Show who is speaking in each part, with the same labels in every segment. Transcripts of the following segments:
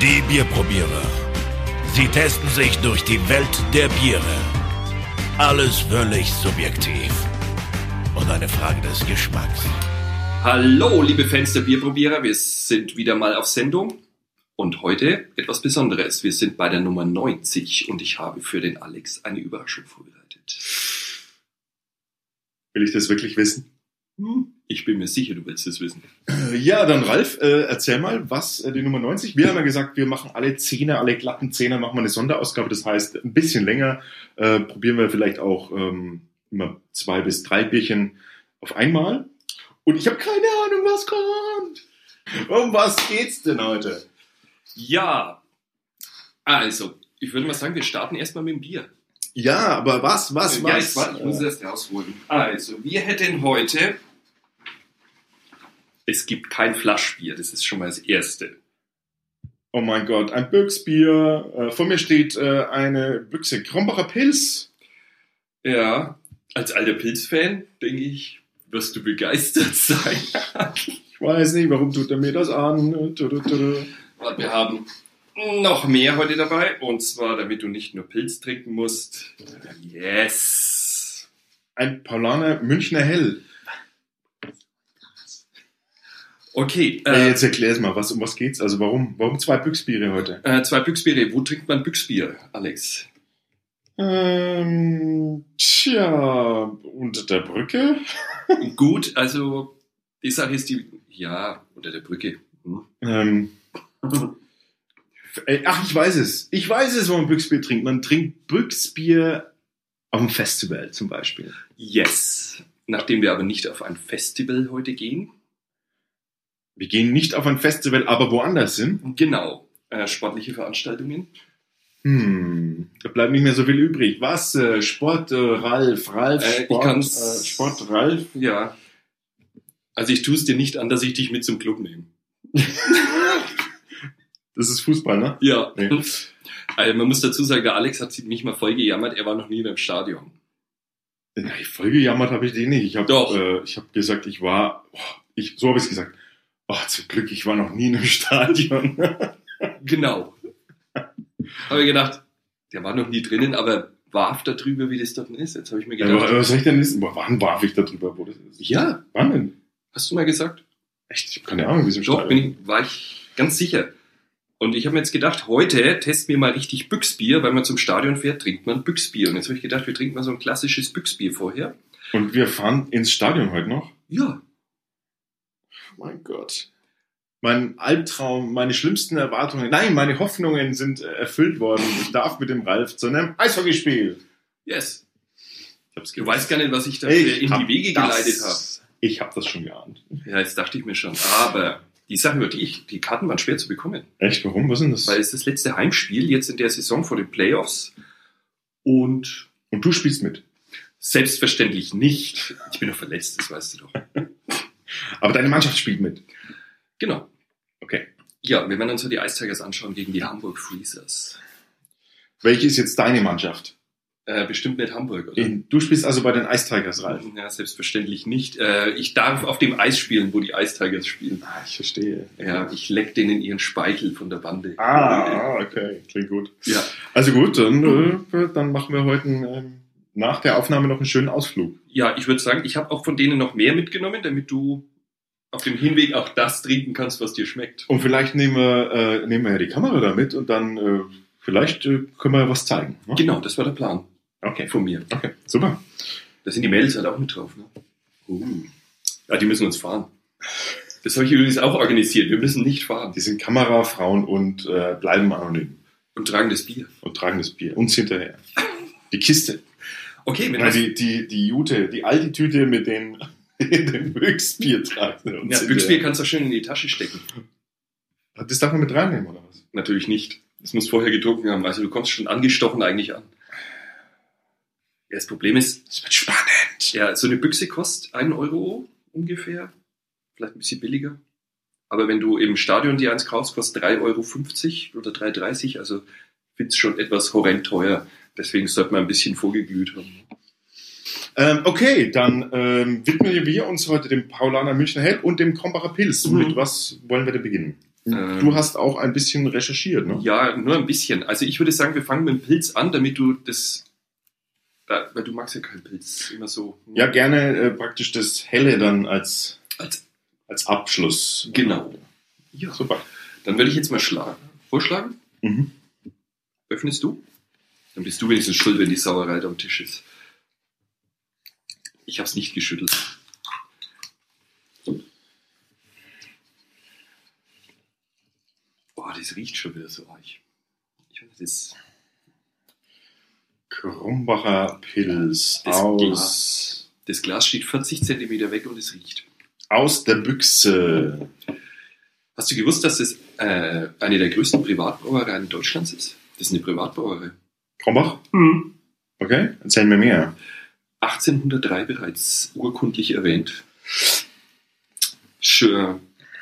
Speaker 1: Die Bierprobierer. Sie testen sich durch die Welt der Biere. Alles völlig subjektiv. Und eine Frage des Geschmacks.
Speaker 2: Hallo, liebe Fans der Bierprobierer, wir sind wieder mal auf Sendung und heute etwas Besonderes. Wir sind bei der Nummer 90 und ich habe für den Alex eine Überraschung vorbereitet.
Speaker 3: Will ich das wirklich wissen?
Speaker 2: Ich bin mir sicher, du willst es wissen.
Speaker 3: Äh, Ja, dann Ralf, äh, erzähl mal, was äh, die Nummer 90. Wir haben ja gesagt, wir machen alle Zehner, alle glatten Zehner, machen wir eine Sonderausgabe. Das heißt, ein bisschen länger äh, probieren wir vielleicht auch ähm, immer zwei bis drei Bierchen auf einmal. Und ich habe keine Ahnung, was kommt. Um was geht's denn heute?
Speaker 2: Ja, also, ich würde mal sagen, wir starten erstmal mit dem Bier.
Speaker 3: Ja, aber was, was,
Speaker 2: ja,
Speaker 3: was?
Speaker 2: ich, warte, ich muss
Speaker 3: Äh,
Speaker 2: das rausholen. Also, wir hätten heute. Es gibt kein Flaschbier, das ist schon mal das Erste.
Speaker 3: oh mein Gott, ein Büchsbier. Äh, vor mir steht äh, eine Büchse Krombacher Pilz.
Speaker 2: Ja, als alter Pilzfan, denke ich, wirst du begeistert sein.
Speaker 3: Ich weiß nicht, warum tut er mir das an? Tudu, tudu.
Speaker 2: Und wir haben noch mehr heute dabei. Und zwar, damit du nicht nur Pilz trinken musst. Yes!
Speaker 3: Ein Paulaner Münchner Hell.
Speaker 2: Okay,
Speaker 3: Äh,
Speaker 2: äh,
Speaker 3: jetzt erklär's mal, was, um was geht's? Also warum, warum zwei Büchsbiere heute?
Speaker 2: äh, zwei Büchsbiere. Wo trinkt man Büchsbier, Alex?
Speaker 3: Ähm, tja, unter der Brücke?
Speaker 2: Gut, also die Sache ist die. Ja, unter der Brücke. Hm.
Speaker 3: Ähm, äh, ach, ich weiß es. Ich weiß es, wo man Büchsbier trinkt. Man trinkt Büchsbier auf dem Festival zum Beispiel.
Speaker 2: Yes. Nachdem wir aber nicht auf ein Festival heute gehen.
Speaker 3: Wir gehen nicht auf ein Festival, aber woanders hin.
Speaker 2: Genau. Äh, sportliche Veranstaltungen.
Speaker 3: Hm, da bleibt nicht mehr so viel übrig. Was? Äh, Sport, äh, Ralf, Ralf,
Speaker 2: Äh, ich
Speaker 3: Sport,
Speaker 2: kann's-
Speaker 3: äh, Sport, Ralf.
Speaker 2: Ja. Also ich tue es dir nicht an, dass ich dich mit zum Club nehme.
Speaker 3: Das ist Fußball, ne?
Speaker 2: Ja.
Speaker 3: Nee.
Speaker 2: Also man muss dazu sagen, der Alex hat mich mal voll gejammert, er war noch nie in einem Stadion.
Speaker 3: Ja, vollgejammert habe ich den nicht. Ich habe
Speaker 2: Doch.
Speaker 3: äh, ich hab gesagt, ich war, oh, ich, so habe ich es gesagt. Oh, zum Glück, ich war noch nie in einem Stadion.
Speaker 2: Genau. habe ich gedacht, der war noch nie drinnen, aber warf da drüber, wie das dort ist. Jetzt habe ich mir
Speaker 3: Ja, aber
Speaker 2: gedacht,
Speaker 3: was soll ich denn wissen? Aber wann warf ich da drüber? Wo das ist?
Speaker 2: Ja.
Speaker 3: Wann denn?
Speaker 2: hast du mal gesagt?
Speaker 3: Echt? Ich habe keine Ahnung, wie es im
Speaker 2: Doch,
Speaker 3: Stadion
Speaker 2: bin ich, war ich ganz sicher. Und ich habe mir jetzt gedacht, heute testen wir mal richtig Büchsbier, weil man zum Stadion fährt, trinkt man Büchsbier. Und jetzt habe ich gedacht, wir trinken mal so ein klassisches Büchsbier vorher.
Speaker 3: Und wir fahren ins Stadion heute noch.
Speaker 2: Ja.
Speaker 3: Oh mein Gott. Mein Albtraum, meine schlimmsten Erwartungen, nein, meine Hoffnungen sind äh, erfüllt worden. Ich darf mit dem Ralf zu einem Eishockeyspiel.
Speaker 2: Yes.
Speaker 3: Ich hab's
Speaker 2: Du weißt gar nicht, was ich da
Speaker 3: Ey,
Speaker 2: in
Speaker 3: hab
Speaker 2: die Wege
Speaker 3: das-
Speaker 2: geleitet habe.
Speaker 3: Ich habe das schon geahnt.
Speaker 2: Ja, jetzt dachte ich mir schon. Aber die Sache, über die ich, die Karten waren schwer zu bekommen.
Speaker 3: Echt, warum? Was ist denn das?
Speaker 2: Weil es das letzte Heimspiel jetzt in der Saison vor den Playoffs. Und
Speaker 3: Und du spielst mit.
Speaker 2: selbstverständlich nicht. Ich bin doch verletzt, das weißt du doch.
Speaker 3: Aber deine Mannschaft spielt mit.
Speaker 2: Genau.
Speaker 3: Okay.
Speaker 2: Ja, wir werden uns ja die Eistigers anschauen gegen die Hamburg Freezers.
Speaker 3: Welche ist jetzt deine Mannschaft?
Speaker 2: Äh, bestimmt nicht Hamburg, oder?
Speaker 3: In- Du spielst also bei den Ice Tigers, Ralf.
Speaker 2: Ja, selbstverständlich nicht. Äh, ich darf auf dem Eis spielen, wo die Ice Tigers spielen.
Speaker 3: Ah, ich verstehe.
Speaker 2: Ja, ich leck denen ihren Speichel von der Bande.
Speaker 3: Ah, okay. Klingt gut.
Speaker 2: Ja.
Speaker 3: Also gut, dann, äh, dann machen wir heute ähm, nach der Aufnahme noch einen schönen Ausflug.
Speaker 2: Ja, ich würde sagen, ich habe auch von denen noch mehr mitgenommen, damit du auf dem Hinweg auch das trinken kannst, was dir schmeckt.
Speaker 3: Und vielleicht nehmen wir, äh, nehmen wir ja die Kamera da mit und dann äh, vielleicht äh, können wir ja was zeigen. Ne?
Speaker 2: Genau, das war der Plan
Speaker 3: Okay,
Speaker 2: von mir.
Speaker 3: okay. Super.
Speaker 2: Da sind die Mädels halt auch mit drauf. Ne?
Speaker 3: Uh.
Speaker 2: Ja, die müssen uns fahren. Das habe ich übrigens auch organisiert. Wir müssen nicht fahren.
Speaker 3: Die sind Kamerafrauen und äh, bleiben anonym
Speaker 2: Und tragen das Bier.
Speaker 3: und tragen das Bier uns hinterher. Die Kiste.
Speaker 2: Okay, wenn
Speaker 3: Ja,
Speaker 2: das,
Speaker 3: die, die, die Jute, die alte Tüte mit den, den Büchsbier tragen. Und
Speaker 2: ja,
Speaker 3: sind
Speaker 2: Büchsbier kannst du schön in die Tasche stecken.
Speaker 3: der- Das darf man mit reinnehmen, oder was?
Speaker 2: Natürlich nicht. Das muss vorher getrunken haben. Also du kommst schon angestochen eigentlich an. Ja, das Problem ist,
Speaker 3: Das wird spannend.
Speaker 2: Ja, so eine Büchse kostet 1 Euro ungefähr. Vielleicht ein bisschen billiger. Aber wenn du im Stadion dir eins kaufst, kostet 3,50 Euro oder 3,30 Euro. Also find's schon etwas horrend teuer. Deswegen sollte man ein bisschen vorgeglüht haben.
Speaker 3: Ähm, okay, dann ähm, widmen wir uns heute dem Paulaner Münchner Hell und dem Krombacher Pilz.
Speaker 2: Mhm.
Speaker 3: Mit was wollen wir denn beginnen?
Speaker 2: Ähm,
Speaker 3: Du hast auch ein bisschen recherchiert, ne?
Speaker 2: Ja, nur ein bisschen. Also ich würde sagen, wir fangen mit dem Pilz an, damit du das. Da, weil du magst ja keinen Pilz. Immer so.
Speaker 3: Ja, gerne äh, praktisch das Helle dann als,
Speaker 2: Als-
Speaker 3: als Abschluss.
Speaker 2: Genau. Ja.
Speaker 3: Super.
Speaker 2: Dann würde ich jetzt mal schlagen. Vorschlagen?
Speaker 3: Mhm.
Speaker 2: Öffnest du? Dann bist du wenigstens schuld, wenn die Sauerei da am Tisch ist. Ich hab's nicht geschüttelt. Boah, das riecht schon wieder so weich. Ich weiß, das,
Speaker 3: Krumbacher Pilz
Speaker 2: das,
Speaker 3: aus,
Speaker 2: Glas, das Glas steht 40 Zentimeter weg und es riecht.
Speaker 3: aus der Büchse.
Speaker 2: Hast du gewusst, dass das äh, eine der größten Privatbrauereien Deutschlands ist? Das ist eine Privatbrauerei.
Speaker 3: Krumbach? Okay, erzähl mir mehr.
Speaker 2: 1803 bereits urkundlich erwähnt. Sch-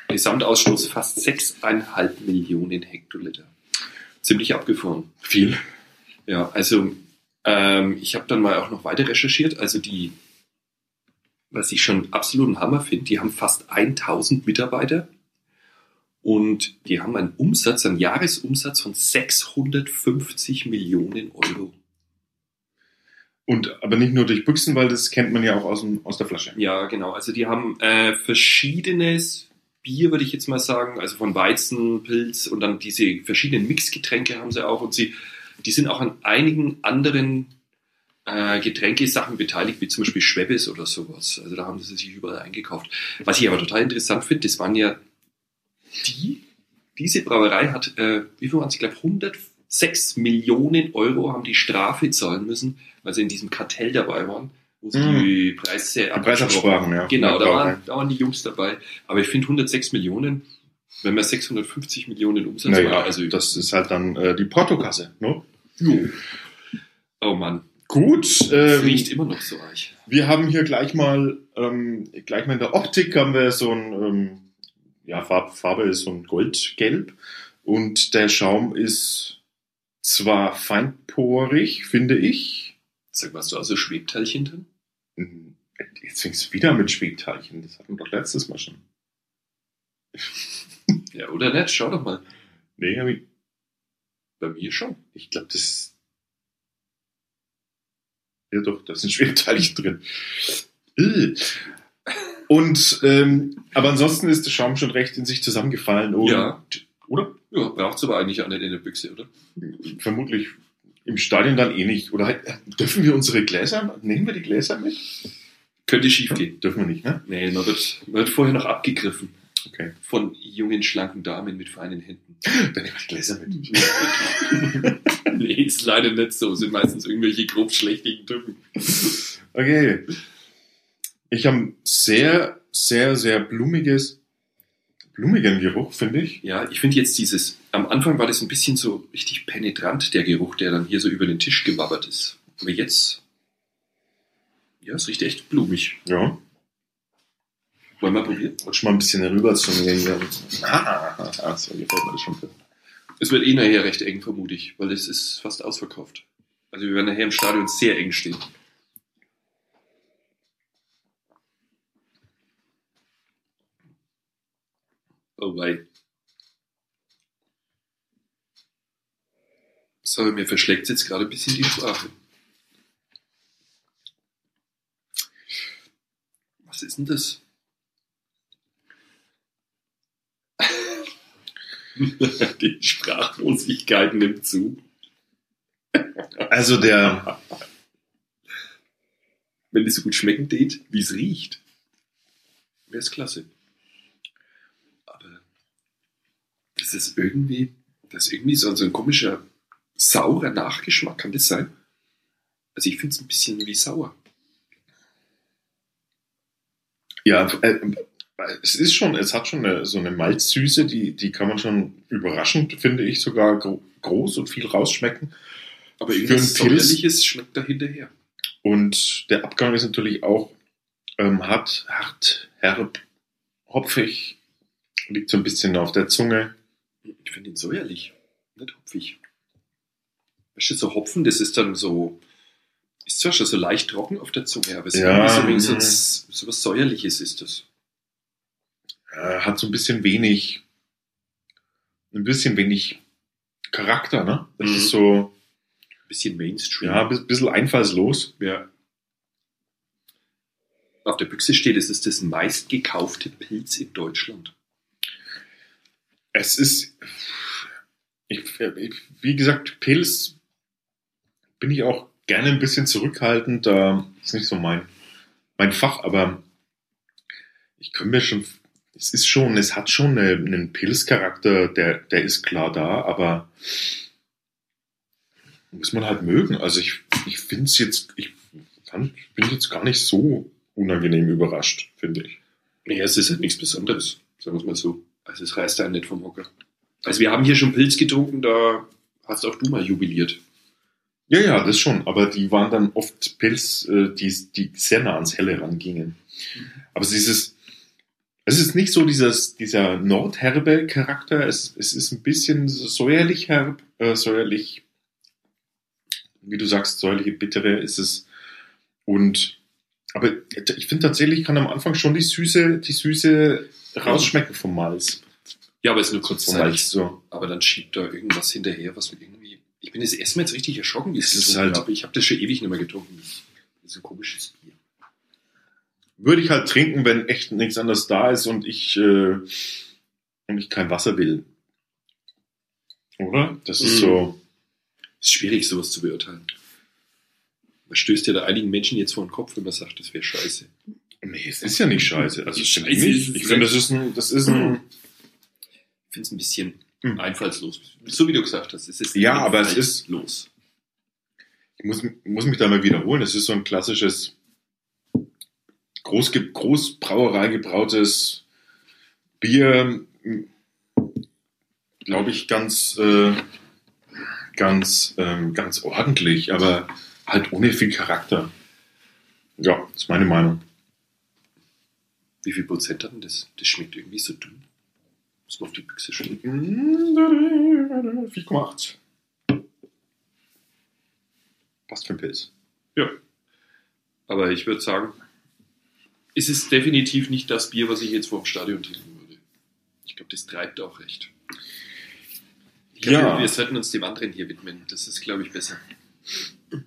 Speaker 2: Gesamtausstoß fast 6,5 Millionen Hektoliter. Ziemlich abgefahren.
Speaker 3: Viel.
Speaker 2: Ja, also ähm, ich habe dann mal auch noch weiter recherchiert. Also die, was ich schon absoluten Hammer finde, die haben fast 1000 Mitarbeiter und die haben einen Umsatz, einen Jahresumsatz von 650 Millionen Euro.
Speaker 3: Und aber nicht nur durch Büchsen, weil das kennt man ja auch aus, dem, aus der Flasche.
Speaker 2: Ja, genau. Also die haben äh, verschiedenes Bier, würde ich jetzt mal sagen, also von Weizen, Pilz und dann diese verschiedenen Mixgetränke haben sie auch und sie, die sind auch an einigen anderen äh, Getränkesachen beteiligt, wie zum Beispiel Schweppes oder sowas. Also da haben sie sich überall eingekauft. Was ich aber total interessant finde, das waren ja die, diese Brauerei hat, äh, wie viel waren es, ich glaube 106 Millionen Euro haben die Strafe zahlen müssen, weil sie in diesem Kartell dabei waren, wo sie
Speaker 3: Mhm.
Speaker 2: die Preise
Speaker 3: Preisabsprachen, ja.
Speaker 2: Genau, da
Speaker 3: Ja,
Speaker 2: waren, da waren die Jungs dabei. Aber ich finde 106 Millionen, wenn man 650 Millionen Umsatz
Speaker 3: Naja,
Speaker 2: macht,
Speaker 3: also
Speaker 2: also
Speaker 3: das ist halt dann äh, die Portokasse. Ne?
Speaker 2: jo. Oh Mann,
Speaker 3: Gut,
Speaker 2: das
Speaker 3: ähm,
Speaker 2: riecht immer noch so reich.
Speaker 3: wir haben hier gleich mal, ähm, gleich mal in der Optik haben wir so ein, ähm, ja, Farb, Farbe ist so ein Goldgelb und der Schaum ist zwar feinporig, finde ich. Hm,
Speaker 2: Sag, warst du also Schwebteilchen drin?
Speaker 3: Jetzt fängst du wieder mit Schwebteilchen, das hatten wir doch letztes Mal schon.
Speaker 2: Ja, oder nicht? Schau doch mal.
Speaker 3: Nee, hab ich,
Speaker 2: Bei mir schon.
Speaker 3: ich glaube, das. Ja, doch, da sind Schwebteilchen drin. Ugh. Und, ähm, aber ansonsten ist der Schaum schon recht in sich zusammengefallen. Und,
Speaker 2: Ja.
Speaker 3: Oder?
Speaker 2: Ja, braucht's aber eigentlich auch nicht in der Büchse, oder?
Speaker 3: Vermutlich im Stadion dann eh nicht. Oder halt, äh, dürfen wir unsere Gläser, nehmen wir die Gläser mit?
Speaker 2: Könnte schief gehen.
Speaker 3: Dürfen wir nicht, ne?
Speaker 2: Nee, man wird, man wird vorher noch abgegriffen.
Speaker 3: Okay.
Speaker 2: Von jungen, schlanken Damen mit feinen Händen.
Speaker 3: Dann nehmen wir die Gläser mit.
Speaker 2: nee, ist leider nicht so. Sind meistens irgendwelche grob schlechtigen Typen.
Speaker 3: Okay. Ich habe ein sehr, sehr, sehr blumiges, blumigen Geruch, finde ich.
Speaker 2: Ja, ich finde jetzt dieses, am Anfang war das ein bisschen so richtig penetrant, der Geruch, der dann hier so über den Tisch gewabbert ist. Aber jetzt, ja, es riecht echt blumig.
Speaker 3: Ja.
Speaker 2: Wollen wir probieren?
Speaker 3: Rutsch mal ein bisschen rüber zu mir. hier. Ah, ah, ah, so gefällt mir das schon.
Speaker 2: Es wird eh nachher recht eng, vermute ich, weil es ist fast ausverkauft. Also wir werden nachher im Stadion sehr eng stehen. Oh wei. Sorry, mir verschlägt jetzt gerade ein bisschen die Sprache. Was ist denn das? die Sprachlosigkeit nimmt zu.
Speaker 3: Also der,
Speaker 2: wenn es so gut schmecken tät, wie es riecht, wäre es klasse. Aber das ist irgendwie, das ist irgendwie so, so ein komischer saurer Nachgeschmack, kann das sein? Also ich finde es ein bisschen wie sauer.
Speaker 3: ja, äh, es ist schon, es hat schon eine, so eine Malzsüße, die, die kann man schon überraschend, finde ich, sogar gro groß und viel rausschmecken.
Speaker 2: Aber
Speaker 3: Für
Speaker 2: irgendwas
Speaker 3: einen Pilz?
Speaker 2: Säuerliches schmeckt da hinterher.
Speaker 3: Und der Abgang ist natürlich auch ähm, hart, hart, herb, hopfig, liegt so ein bisschen auf der Zunge.
Speaker 2: Ich finde ihn säuerlich, nicht hopfig. Weißt du, so Hopfen, das ist dann so, ist zwar schon so leicht trocken auf der Zunge, aber es
Speaker 3: Ja,
Speaker 2: ist irgendwie so,
Speaker 3: mhm.
Speaker 2: so, so was Säuerliches ist das.
Speaker 3: äh, hat so ein bisschen wenig ein bisschen wenig Charakter, ne? Das
Speaker 2: Mhm.
Speaker 3: ist so,
Speaker 2: bisschen Mainstream.
Speaker 3: ja, ein bisschen einfallslos.
Speaker 2: Ja. Auf der Büchse steht, es ist das meistgekaufte Pilz in Deutschland.
Speaker 3: Es ist, ich, ich, wie gesagt, Pilz bin ich auch gerne ein bisschen zurückhaltend. Da ist nicht so mein, mein Fach, aber ich könnte mir schon, es ist schon, es hat schon eine, einen Pilzcharakter, der, der ist klar da, aber muss man halt mögen. Also ich, ich finde es jetzt, ich fand, bin jetzt gar nicht so unangenehm überrascht, finde ich.
Speaker 2: Ja, es ist halt nichts Besonderes, sagen wir es mal so. Also es reißt einen nicht vom Hocker. Also wir haben hier schon Pilz getrunken, da hast auch du mal jubiliert.
Speaker 3: Ja, ja, das schon. Aber die waren dann oft Pilz, äh, die, die sehr nah ans Helle rangingen.
Speaker 2: Mhm.
Speaker 3: Aber es ist dieses, es ist nicht so dieses, dieser nordherbe Charakter. Es, es ist ein bisschen säuerlich herb, äh, säuerlich, wie du sagst, säuerliche Bittere ist es. Und, aber ich finde tatsächlich, kann am Anfang schon die Süße, die Süße rausschmecken vom Malz.
Speaker 2: Ja, aber es ist nur kurz
Speaker 3: Vom
Speaker 2: Zeit.
Speaker 3: Malz, so.
Speaker 2: Aber dann schiebt da irgendwas hinterher, was mit irgendwie. Ich bin jetzt erstmal jetzt richtig erschrocken, wie ich
Speaker 3: Es ist
Speaker 2: getrunken
Speaker 3: halt-
Speaker 2: habe. Ich habe das schon ewig nicht mehr getrunken. Das ist ein komisches Bier.
Speaker 3: würde ich halt trinken, wenn echt nichts anderes da ist und ich, äh, und ich kein Wasser will. Oder? Das ist
Speaker 2: Mhm.
Speaker 3: so.
Speaker 2: Ist schwierig, sowas zu beurteilen. Man stößt ja da einigen Menschen jetzt vor den Kopf, wenn man sagt, das wäre scheiße.
Speaker 3: Nee, es ist ja nicht scheiße. Also
Speaker 2: Scheiße
Speaker 3: finde ich nicht.
Speaker 2: ist es
Speaker 3: Ich finde,
Speaker 2: nicht.
Speaker 3: das ist ein, das ist ein,
Speaker 2: Ich finde es ein bisschen
Speaker 3: Mhm.
Speaker 2: einfallslos. So wie du gesagt hast, es ist halt
Speaker 3: Ja, aber es ist-
Speaker 2: los.
Speaker 3: ich muss, muss mich da mal wiederholen. Das ist so ein klassisches Groß, Großbrauerei gebrautes Bier, glaube ich, ganz, äh, ganz, ähm, ganz ordentlich, aber halt ohne viel Charakter. Ja, ist meine Meinung.
Speaker 2: Wie viel Prozent hat denn das? Das schmeckt irgendwie so dünn. Muss man auf die Büchse schmecken.
Speaker 3: 4,8. Passt für ein Pilz.
Speaker 2: Aber ich würde sagen, es ist definitiv nicht das Bier, was ich jetzt vor dem Stadion trinken würde. Ich glaube, das treibt auch recht. Ich glaub,
Speaker 3: Ja.
Speaker 2: wir, wir sollten uns dem anderen hier widmen. Das ist, glaube ich, besser.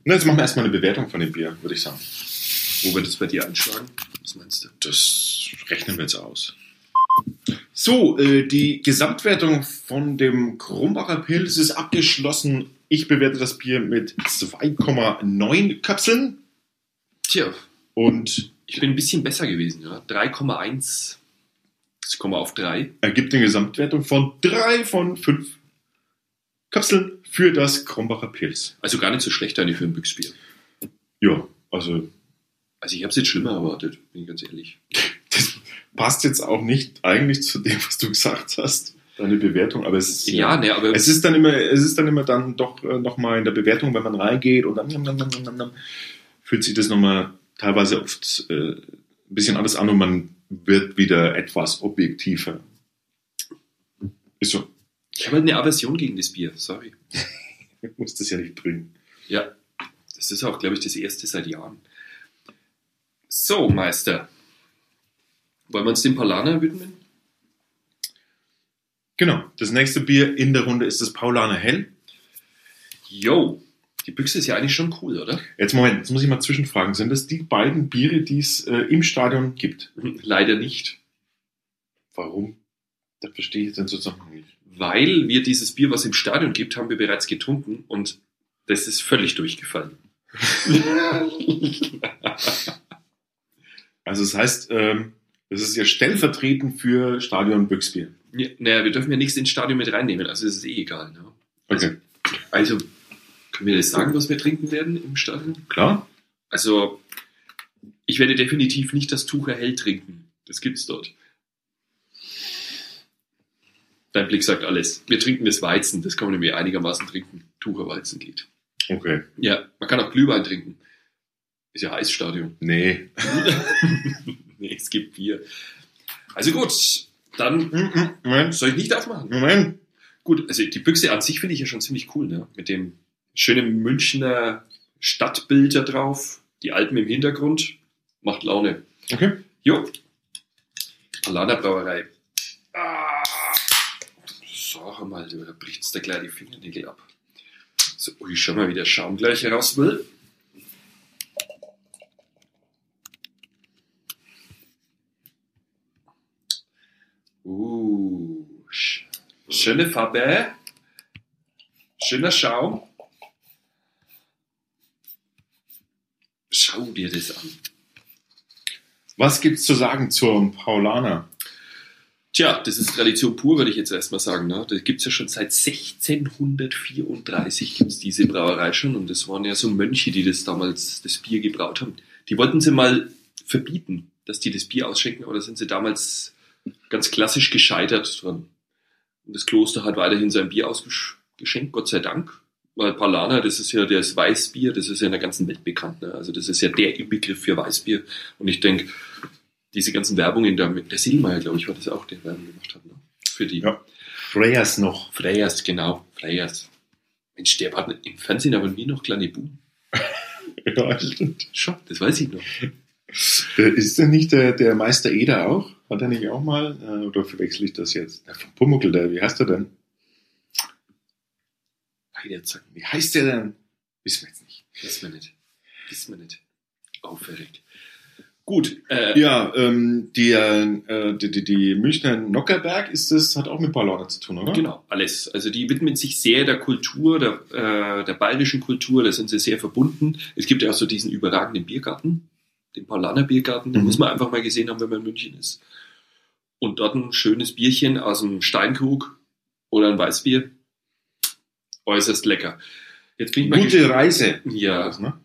Speaker 3: Na, jetzt machen wir erstmal eine Bewertung von dem Bier, würde ich sagen.
Speaker 2: Wo wir das bei dir anschlagen? Was meinst du?
Speaker 3: Das rechnen wir jetzt aus. So, äh, die Gesamtwertung von dem Krumbacher Pilz ist abgeschlossen. Ich bewerte das Bier mit 2,9 Kapseln
Speaker 2: Tja,
Speaker 3: und
Speaker 2: ich bin ein bisschen besser gewesen. Ja? 3,1. Ich komme auf 3.
Speaker 3: ergibt eine Gesamtwertung von 3 von 5 Kapseln für das Krumbacher Pilz.
Speaker 2: Also gar nicht so schlecht eigentlich für ein Büchsbier.
Speaker 3: Ja, also
Speaker 2: Also ich habe es jetzt schlimmer erwartet, bin ich ganz ehrlich.
Speaker 3: das passt jetzt auch nicht eigentlich zu dem, was du gesagt hast, deine Bewertung, aber es ist
Speaker 2: Ja, ne, aber
Speaker 3: Es ist dann immer, es ist dann immer dann doch äh, nochmal in der Bewertung, wenn man reingeht und dann nam, nam, nam, nam, nam, nam, fühlt sich das nochmal teilweise oft äh, ein bisschen anders an und man wird wieder etwas objektiver. Ist so,
Speaker 2: ich habe halt eine Aversion gegen das Bier, sorry.
Speaker 3: ich muss das ja nicht bringen.
Speaker 2: Ja, das ist auch, glaube ich, das erste seit Jahren. So, Meister. Wollen wir uns dem Palaner widmen?
Speaker 3: Genau, das nächste Bier in der Runde ist das Paulaner Hell.
Speaker 2: Yo, die Büchse ist ja eigentlich schon cool, oder?
Speaker 3: Jetzt Moment, jetzt muss ich mal zwischenfragen. Sind das die beiden Biere, die es äh, im Stadion gibt?
Speaker 2: Leider nicht,
Speaker 3: Warum? Das verstehe ich den Zusammenhang nicht.
Speaker 2: weil wir dieses Bier, was im Stadion gibt, haben wir bereits getrunken und das ist völlig durchgefallen.
Speaker 3: Also das heißt, ähm, das ist ja stellvertretend für Stadion Büchsbier.
Speaker 2: Ja, naja, wir dürfen ja nichts ins Stadion mit reinnehmen, also ist es eh egal. Ne?
Speaker 3: Okay,
Speaker 2: Also, können wir das sagen, was wir trinken werden im Stadion?
Speaker 3: klar.
Speaker 2: Also, ich werde definitiv nicht das Tucher hell trinken. Das gibt's dort. Dein Blick sagt alles. Wir trinken das Weizen, das kann man nämlich einigermaßen trinken. Tucher Weizen geht.
Speaker 3: Okay.
Speaker 2: Ja, man kann auch Glühwein trinken. Ist ja Eisstadion.
Speaker 3: Nee.
Speaker 2: Nee, es gibt Bier. Also gut, dann
Speaker 3: Mm, Moment.
Speaker 2: soll ich nicht aufmachen.
Speaker 3: Moment.
Speaker 2: Gut, also die Büchse an sich finde ich ja schon ziemlich cool, ne? Mit dem schönen Münchner Stadtbild da drauf, die Alpen im Hintergrund. Macht Laune.
Speaker 3: Okay.
Speaker 2: Jo. Palaner Brauerei. Ah, so, hör mal, da bricht es da gleich die Fingernägel ab. So, ui, schau mal, wie der Schaum gleich raus will. Uh, sch schöne Farbe, schöner Schaum. Schau dir das an.
Speaker 3: Was gibt's zu sagen zum Paulaner?
Speaker 2: Tja, das ist Tradition pur, würde ich jetzt erstmal sagen. Ne? Das gibt's ja schon seit 1634 gibt's diese Brauerei schon und das waren ja so Mönche, die das damals, das Bier gebraut haben. Die wollten sie mal verbieten, dass die das Bier ausschenken, aber da sind sie damals ganz klassisch gescheitert dran. Und das Kloster hat weiterhin sein Bier ausgeschenkt, Gott sei Dank. Weil Paulaner, das ist ja das Weißbier, das ist ja in der ganzen Welt bekannt. Ne? Also das ist ja der Begriff für Weißbier. Und ich denke, diese ganzen Werbungen, der, der Silmeier, glaube ich, war das auch, der Werbung gemacht hat, ne? Für die
Speaker 3: Ja. Freyers noch.
Speaker 2: Freyers, genau, Freyers. Mensch, der war im Fernsehen aber nie noch kleine Buben.
Speaker 3: Ja, stimmt.
Speaker 2: Schon, das weiß ich noch.
Speaker 3: Der- Ist denn nicht der, der Meister Eder auch? Hat er nicht auch mal? Äh, oder verwechsel ich das jetzt? Der von Pumuckl, der, wie heißt er denn?
Speaker 2: Nein, der sagt,
Speaker 3: Wie heißt der denn? Wissen wir jetzt nicht.
Speaker 2: wissen wir nicht. Wissen wir nicht. Oh, verrückt. Gut, äh,
Speaker 3: Ja, ähm, die, äh, die, die, die Münchner Nockerberg ist das, hat auch mit Paulaner zu tun, oder?
Speaker 2: Genau, alles. Also die widmen sich sehr der Kultur, der, äh, der bayerischen Kultur, da sind sie sehr verbunden. Es gibt ja auch so diesen überragenden Biergarten, den Paulaner Biergarten, den
Speaker 3: Mhm.
Speaker 2: muss man einfach mal gesehen haben, wenn man in München ist. Und dort ein schönes Bierchen aus dem Steinkrug oder ein Weißbier. Äußerst lecker. Jetzt bin ich mal
Speaker 3: Gute Reise.
Speaker 2: gespannt. Ja,
Speaker 3: Das, ne?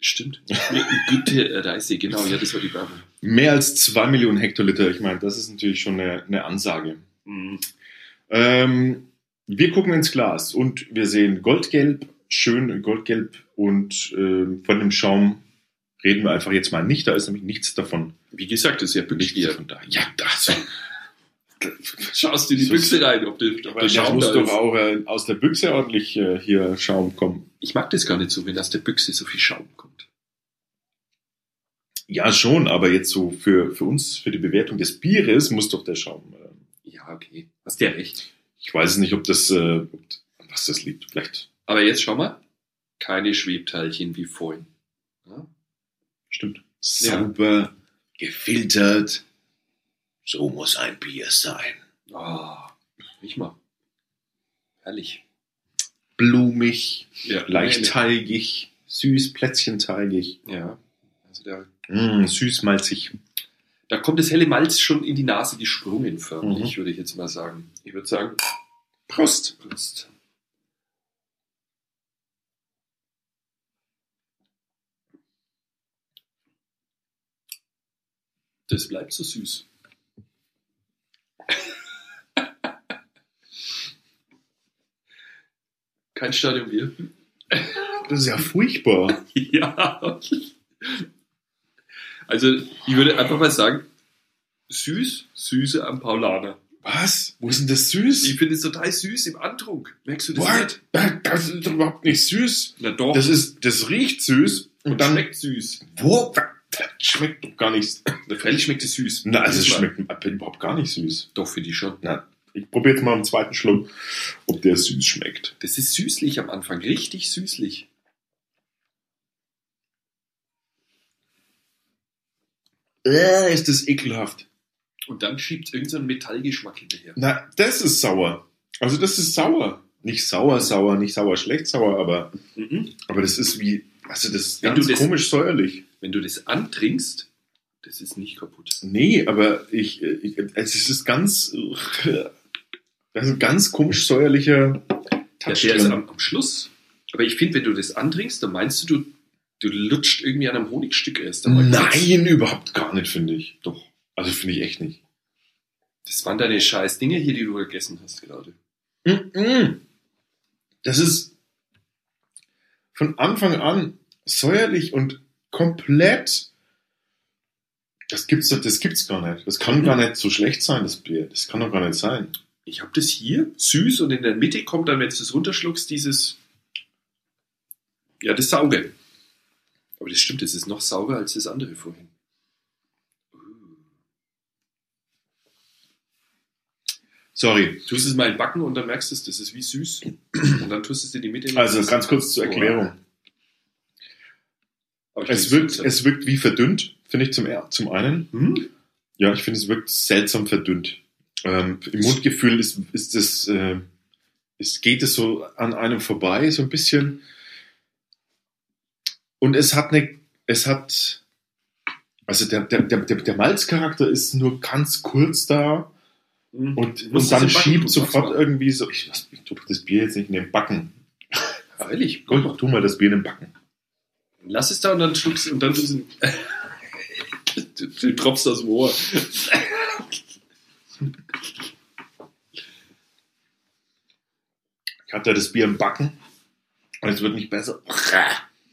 Speaker 2: stimmt. Eine Gute Reise, genau, ja, das war die Werbung.
Speaker 3: Mehr als zwei Millionen Hektoliter, ich meine, das ist natürlich schon eine, eine Ansage.
Speaker 2: Mhm.
Speaker 3: Ähm, wir gucken ins Glas und wir sehen goldgelb, schön goldgelb und ähm, von dem Schaum reden wir einfach jetzt mal nicht, da ist nämlich nichts davon.
Speaker 2: Wie gesagt, das ist ja
Speaker 3: Nichts
Speaker 2: Büchsbier.
Speaker 3: davon da. Ja, das,
Speaker 2: Schaust du in die
Speaker 3: So-
Speaker 2: Büchse rein, ob der, ob der
Speaker 3: das
Speaker 2: Schaum
Speaker 3: muss
Speaker 2: da ist.
Speaker 3: doch auch äh, aus der Büchse ordentlich äh, hier Schaum kommen.
Speaker 2: Ich mag das gar nicht so, wenn aus der Büchse so viel Schaum kommt.
Speaker 3: Ja, schon, aber jetzt so für, für uns, für die Bewertung des Bieres muss doch der Schaum. Äh,
Speaker 2: Ja, okay. Hast ja recht.
Speaker 3: ich weiß es nicht, ob das, äh, ob, an was das liegt. Vielleicht
Speaker 2: Aber jetzt schau mal. Keine Schwebteilchen wie vorhin. Ja?
Speaker 3: stimmt.
Speaker 4: Sauber, gefiltert. So muss ein Bier sein.
Speaker 2: Ah, riech mal. Herrlich.
Speaker 3: Blumig,
Speaker 2: Ja,
Speaker 3: leicht
Speaker 2: nee,
Speaker 3: teigig, süß, plätzchenteigig.
Speaker 2: nee. Ja. Also da,
Speaker 3: Mm, süß, malzig.
Speaker 2: da kommt das helle Malz schon in die Nase gesprungen, förmlich,
Speaker 3: Mhm.
Speaker 2: würde ich jetzt mal sagen. Ich würde sagen,
Speaker 3: Prost.
Speaker 2: Prost. Das bleibt so süß. Kein Stadionbier.
Speaker 3: Das ist ja furchtbar.
Speaker 2: Ja. Also, ich würde einfach mal sagen, süß, süße am Paulaner.
Speaker 3: Was? Wo ist denn das
Speaker 2: Ich
Speaker 3: süß?
Speaker 2: finde es total süß im Antrunk. Merkst du das
Speaker 3: What?
Speaker 2: nicht?
Speaker 3: Das ist doch überhaupt nicht süß.
Speaker 2: Na doch.
Speaker 3: Das ist, das riecht süß und,
Speaker 2: und
Speaker 3: dann
Speaker 2: schmeckt süß.
Speaker 3: Wo? Das schmeckt doch gar nichts.
Speaker 2: Na, freilich schmeckt es süß.
Speaker 3: Na, also es
Speaker 2: Diesmal.
Speaker 3: schmeckt überhaupt gar nicht süß.
Speaker 2: Doch, finde ich schon.
Speaker 3: Ich probiere jetzt mal am zweiten Schluck, ob der süß schmeckt.
Speaker 2: Das ist süßlich am Anfang, richtig süßlich.
Speaker 3: Äh, ist das ekelhaft.
Speaker 2: Und dann schiebt irgendein Metallgeschmack hinterher.
Speaker 3: Na, das ist sauer. Also das ist sauer. Nicht sauer, sauer, nicht sauer, schlecht sauer, aber,
Speaker 2: Mhm.
Speaker 3: aber das ist wie, also das ist
Speaker 2: Wenn
Speaker 3: ganz
Speaker 2: du das-
Speaker 3: komisch säuerlich.
Speaker 2: Wenn du das antrinkst, das ist nicht kaputt.
Speaker 3: Nee, aber ich, ich es ist ganz, das ist ein ganz komisch säuerlicher
Speaker 2: Der,
Speaker 3: Touch
Speaker 2: der ist
Speaker 3: drin.
Speaker 2: am, am Schluss. Aber ich finde, wenn du das antrinkst, dann meinst du, du, du lutscht irgendwie an einem Honigstück erst. einmal.
Speaker 3: Nein, überhaupt gar nicht, finde ich. Doch. Also finde ich echt nicht.
Speaker 2: Das waren deine scheiß Dinge hier, die du gegessen hast gerade.
Speaker 3: Mhm. Das ist von Anfang an säuerlich und komplett. Das gibt's doch, das gibt's gar nicht. Das kann gar nicht so schlecht sein, das Bier. Das kann doch gar nicht sein.
Speaker 2: Ich habe das hier süß und in der Mitte kommt dann, wenn du es runterschluckst, dieses. Ja, das Sauge. Aber das stimmt, das ist noch saurer als das andere vorhin.
Speaker 3: Sorry.
Speaker 2: Tust es mal in Backen und dann merkst du es, das ist wie süß. Und dann tust du es dir die Mitte in den
Speaker 3: Also
Speaker 2: Mund.
Speaker 3: ganz kurz zur
Speaker 2: Boah.
Speaker 3: Erklärung.
Speaker 2: Aber ich
Speaker 3: Es
Speaker 2: denke,
Speaker 3: wirkt,
Speaker 2: so ist
Speaker 3: es wirkt wie verdünnt, finde ich zum, er- zum einen.
Speaker 2: Hm?
Speaker 3: Ja, ich finde, es wirkt seltsam verdünnt. Ähm, Im Mundgefühl ist, ist das, äh, es geht es so an einem vorbei, so ein bisschen. Und es hat eine, es hat, also der, der, der, der- der Malzcharakter ist nur ganz kurz da
Speaker 2: Hm.
Speaker 3: und,
Speaker 2: Muss
Speaker 3: und
Speaker 2: das
Speaker 3: dann
Speaker 2: in Backen
Speaker 3: schiebt
Speaker 2: tun,
Speaker 3: sofort
Speaker 2: sagst du.
Speaker 3: irgendwie so, ich, lass- ich tue das Bier jetzt nicht in den Backen.
Speaker 2: Freilich.
Speaker 3: Gold, tu mal das Bier in den Backen.
Speaker 2: Lass es da und dann schluckst und dann tust du du- du tropfst aus dem Ohr.
Speaker 3: Ich hatte das Bier im Backen und es wird nicht besser.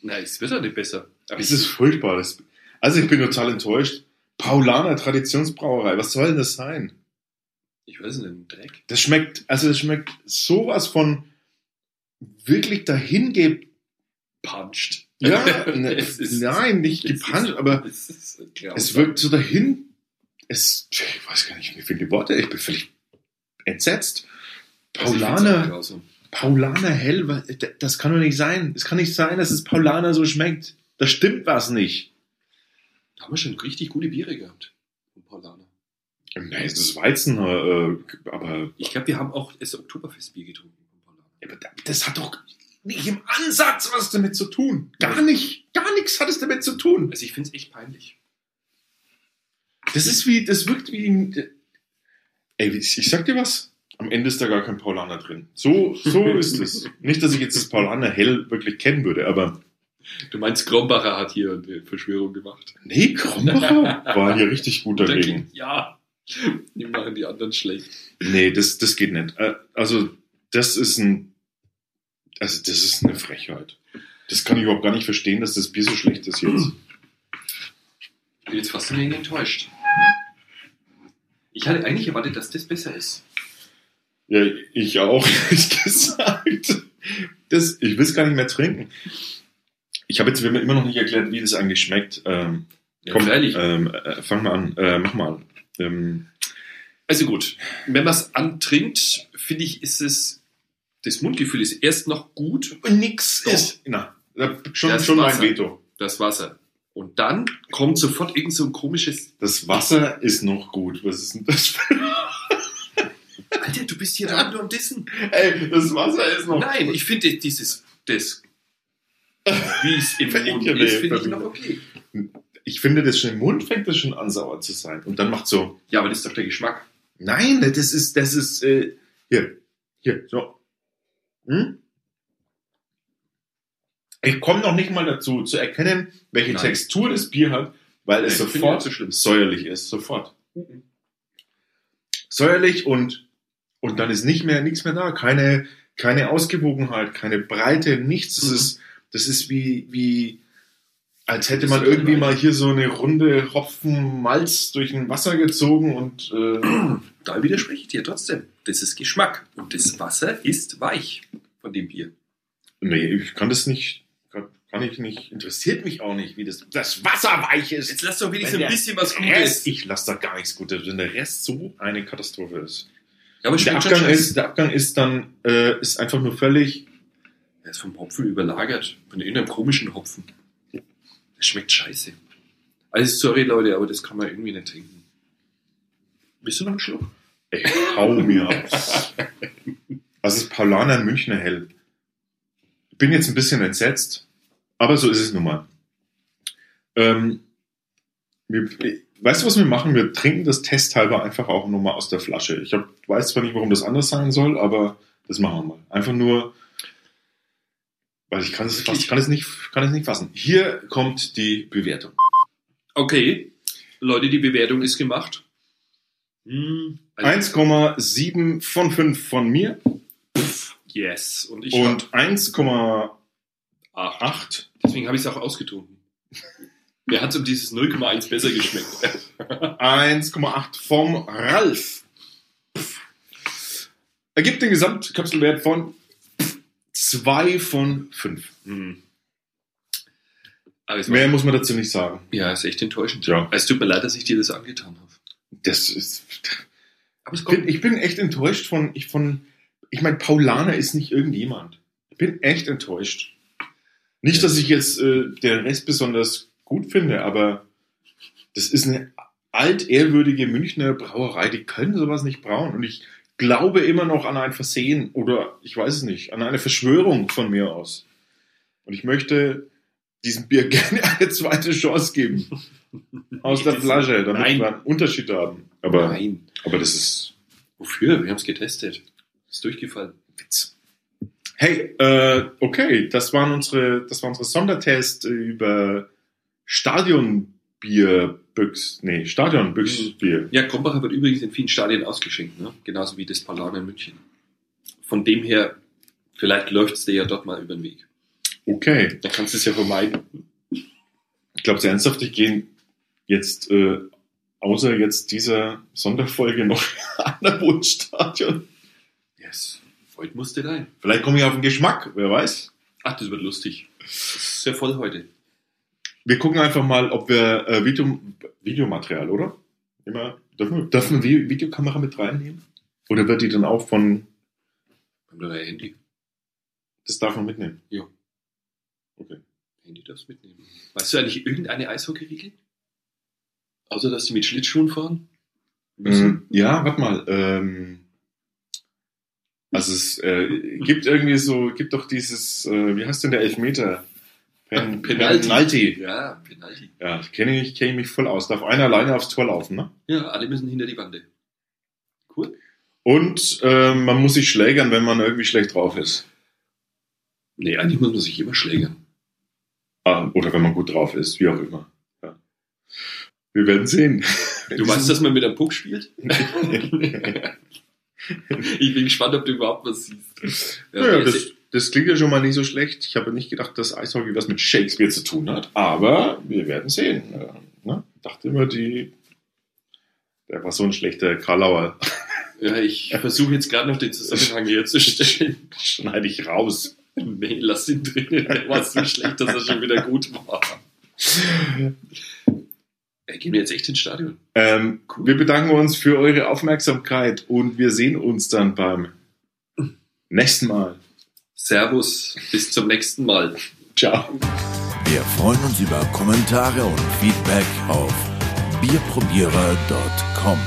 Speaker 2: Nein, es wird ja nicht besser. Aber
Speaker 3: Es ist furchtbar. Das also ich bin total enttäuscht. Paulaner Traditionsbrauerei, was soll denn das sein?
Speaker 2: ich weiß nicht, ein Dreck.
Speaker 3: Das schmeckt, also das schmeckt sowas von wirklich dahinge...
Speaker 2: Puncht.
Speaker 3: Ja, ne,
Speaker 2: Es ist-
Speaker 3: nein, nicht
Speaker 2: es ist-
Speaker 3: gepanscht, aber
Speaker 2: es, ist grausam.
Speaker 3: es wirkt so dahin... Es, ich weiß gar nicht, wie viele Worte, ich bin völlig entsetzt.
Speaker 2: Also ich find's auch
Speaker 3: Paulaner,
Speaker 2: grausam.
Speaker 3: Paulaner Hell, wa- das kann doch nicht sein. Es kann nicht sein, dass es Paulaner so schmeckt. Da stimmt was nicht.
Speaker 2: Da haben wir schon richtig gute Biere gehabt. Von Paulaner.
Speaker 3: Nein, es ist Weizen, äh, aber
Speaker 2: Ich glaube, wir haben auch das Oktoberfestbier getrunken von Paulaner.
Speaker 3: Ja, aber da- das hat doch nicht im Ansatz was damit zu tun. Gar nicht. Gar nichts hat es damit zu tun.
Speaker 2: Also ich finde es echt peinlich.
Speaker 3: Das ist wie, das wirkt wie ein. äh, Ey, ich ich sag dir was. Am Ende ist da gar kein Paulaner drin. So, so ist es. Nicht, dass ich jetzt das Paulaner hell wirklich kennen würde, aber
Speaker 2: Du meinst, Grombacher hat hier eine Verschwörung gemacht.
Speaker 3: nee, Krombacher war hier richtig gut dagegen.
Speaker 2: ja, die machen die anderen schlecht.
Speaker 3: Nee, das, das geht nicht. Äh, Also, das ist ein. Also, das ist eine Frechheit. Das kann ich überhaupt gar nicht verstehen, dass das Bier so schlecht ist jetzt.
Speaker 2: Bin jetzt fast ein wenig enttäuscht. Ich hatte eigentlich erwartet, dass das besser ist.
Speaker 3: Ja, ich auch, ehrlich gesagt. Das, ich will es gar nicht mehr trinken. Ich habe jetzt mir immer noch nicht erklärt, wie das eigentlich schmeckt. Ähm,
Speaker 2: Ja,
Speaker 3: komm,
Speaker 2: freilich.
Speaker 3: ähm, äh, fang mal an. Äh, mach mal an. Ähm,
Speaker 2: Also gut, wenn man es antrinkt, finde ich, ist es. Das Mundgefühl ist erst noch gut,
Speaker 3: nix
Speaker 2: ist-
Speaker 3: Na, da- schon,
Speaker 2: Das
Speaker 3: schon mein
Speaker 2: Wasser.
Speaker 3: Veto.
Speaker 2: das Wasser. Und dann kommt sofort irgend so ein komisches.
Speaker 3: Das Wasser ist noch gut. Was ist denn das für
Speaker 2: Alter, du bist hier dran nur am Dissen.
Speaker 3: Ey, das Wasser ist noch
Speaker 2: Nein, ich finde dieses. Das, wie es im
Speaker 3: Verlinkt
Speaker 2: Mund
Speaker 3: ja
Speaker 2: ist,
Speaker 3: mir,
Speaker 2: finde ich
Speaker 3: Verlinkt.
Speaker 2: noch okay.
Speaker 3: Ich finde, das schon im Mund fängt das schon an, sauer zu sein. Und dann macht so,
Speaker 2: Ja, aber das ist doch der Geschmack.
Speaker 3: nein, das ist, das ist, äh, hier, hier, so. Hm? Ich komme noch nicht mal dazu, zu erkennen, welche
Speaker 2: Nein.
Speaker 3: Textur das Bier hat, weil es
Speaker 2: Nein, ich finde
Speaker 3: sofort
Speaker 2: das so schlimm.
Speaker 3: säuerlich ist, sofort. Säuerlich und, und dann ist nicht mehr, nichts mehr da. Keine, keine Ausgewogenheit, keine Breite, nichts. Das
Speaker 2: Mhm.
Speaker 3: ist, das ist wie, wie, als hätte
Speaker 2: Das
Speaker 3: man
Speaker 2: ist so
Speaker 3: irgendwie
Speaker 2: gemein.
Speaker 3: mal hier so eine Runde Hopfen Malz durch ein Wasser gezogen und, äh,
Speaker 2: Da widerspreche ich dir trotzdem. Das ist Geschmack. Und das Wasser ist weich von dem Bier.
Speaker 3: Nee, ich kann das nicht. Kann, kann ich nicht. Interessiert mich auch nicht, wie das, das Wasser weich ist.
Speaker 2: Jetzt lass doch wenigstens
Speaker 3: Wenn
Speaker 2: ein
Speaker 3: der
Speaker 2: bisschen was Gutes.
Speaker 3: Rest,
Speaker 2: Ja,
Speaker 3: ich lasse da gar nichts Gutes, wenn der Rest so eine Katastrophe ist.
Speaker 2: aber
Speaker 3: Der
Speaker 2: schmeckt schon
Speaker 3: Abgang
Speaker 2: scheiße.
Speaker 3: ist, der Abgang ist dann äh, ist einfach nur völlig.
Speaker 2: Er ist vom Hopfen überlagert. Von irgendeinem komischen Hopfen. Das schmeckt scheiße. Also sorry, Leute, aber das kann man irgendwie nicht trinken. Bist du noch einen Schluck?
Speaker 3: Ey, hau mir ab. Also es ist Paulaner in Münchner Hell. Bin jetzt ein bisschen entsetzt, aber so ist es nun mal. Ähm, wir, weißt du, was wir machen? Wir trinken das testhalber einfach auch nur mal aus der Flasche. Ich hab, weiß zwar nicht, warum das anders sein soll, aber das machen wir mal. Einfach nur, weil ich kann es, fast, ich kann es, nicht, kann es nicht fassen. Hier kommt die Bewertung.
Speaker 2: Okay. Leute, die Bewertung ist gemacht. Hm, also-
Speaker 3: 1,7 von 5 von mir
Speaker 2: Yes. Und ich hab
Speaker 3: und 1,8
Speaker 2: acht. Deswegen habe ich es auch ausgetrunken. Mir hat es um dieses 0,1 besser geschmeckt.
Speaker 3: 1,8 vom Ralf. Ergibt den Gesamtkapselwert von 2 von 5.
Speaker 2: Hm. Aber es war,
Speaker 3: Mehr muss man dazu nicht sagen.
Speaker 2: ja, ist echt enttäuschend.
Speaker 3: Ja.
Speaker 2: Es tut mir leid, dass ich dir das angetan habe.
Speaker 3: Das ist.
Speaker 2: Aber es
Speaker 3: Ich bin,
Speaker 2: kommt.
Speaker 3: ich bin echt enttäuscht von, ich von, ich meine, Paulaner ist nicht irgendjemand. Ich bin echt enttäuscht. Nicht, dass ich jetzt äh, den Rest besonders gut finde, aber das ist eine altehrwürdige Münchner Brauerei. Die können sowas nicht brauen. Und ich glaube immer noch an ein Versehen oder ich weiß es nicht, an eine Verschwörung von mir aus. Und ich möchte diesem Bier gerne eine zweite Chance geben. Aus der Flasche, damit
Speaker 2: Nein.
Speaker 3: wir einen Unterschied haben. Aber,
Speaker 2: Nein.
Speaker 3: aber das ist
Speaker 2: Wofür? Wir haben es getestet. Ist durchgefallen.
Speaker 3: Witz. Hey, äh, okay, das waren unsere, das war unsere Sondertest über Stadionbierbüchs, nee, Stadionbüchsbier.
Speaker 2: Ja, Krombacher wird übrigens in vielen Stadien ausgeschenkt, ne? genauso wie das Paulaner in München. Von dem her, vielleicht läuft's dir ja dort mal über den Weg.
Speaker 3: Okay,
Speaker 2: Da kannst du es ja vermeiden.
Speaker 3: ich glaube ernsthaft, ich gehe jetzt äh, außer jetzt dieser Sonderfolge noch an der Wohnstadion.
Speaker 2: Yes. Heute musst du rein.
Speaker 3: Vielleicht komme ich auf den Geschmack, wer weiß.
Speaker 2: Ach, das wird lustig. Das ist sehr voll heute.
Speaker 3: Wir gucken einfach mal, ob wir äh, Video, Videomaterial, oder? Immer dürfen wir, dürfen wir Vi- Videokamera mit reinnehmen? Oder wird die dann auch von
Speaker 2: Haben wir dein Handy?
Speaker 3: Das darf man mitnehmen.
Speaker 2: Handy darfst mitnehmen. Weißt du eigentlich irgendeine Eishockey-Regel? Außer, dass die mit Schlittschuhen fahren? Mhm.
Speaker 3: Ähm, ja, warte mal. Ähm, also es äh, gibt irgendwie so, gibt doch dieses, äh, wie heißt denn der Elfmeter? Pen,
Speaker 2: Penalty.
Speaker 3: Penalty.
Speaker 2: Ja, Penalty.
Speaker 3: Ja, ich kenne ich kenn mich voll aus. Darf einer alleine aufs Tor laufen, ne?
Speaker 2: Ja, alle müssen hinter die Wande. Cool.
Speaker 3: Und ähm, man muss sich schlägern, wenn man irgendwie schlecht drauf ist.
Speaker 2: Nee, eigentlich muss man sich immer schlägern.
Speaker 3: Ah, oder wenn man gut drauf ist, wie auch immer. Ja. Wir werden sehen.
Speaker 2: Du weißt, dass man mit einem Puck spielt? Ich bin gespannt, ob du überhaupt was siehst. Ja,
Speaker 3: Ja,
Speaker 2: der
Speaker 3: das,
Speaker 2: ist-
Speaker 3: das klingt ja schon mal nicht so schlecht. Ich habe nicht gedacht, dass Eishockey was mit Shakespeare zu tun hat, aber wir werden sehen. Äh, Ne? Dachte immer, die. Der war so ein schlechter Karlauer.
Speaker 2: ja, ich versuche jetzt gerade noch den Zusammenhang herzustellen.
Speaker 3: Schneide ich raus.
Speaker 2: Nee, lass ihn drin. Der war so schlecht, dass er schon wieder gut war. Ey, gehen wir jetzt echt ins Stadion?
Speaker 3: Ähm, wir bedanken uns für eure Aufmerksamkeit und wir sehen uns dann beim nächsten Mal.
Speaker 2: Servus, bis zum nächsten Mal.
Speaker 3: Ciao.
Speaker 1: Wir freuen uns über Kommentare und Feedback auf bierprobierer.com.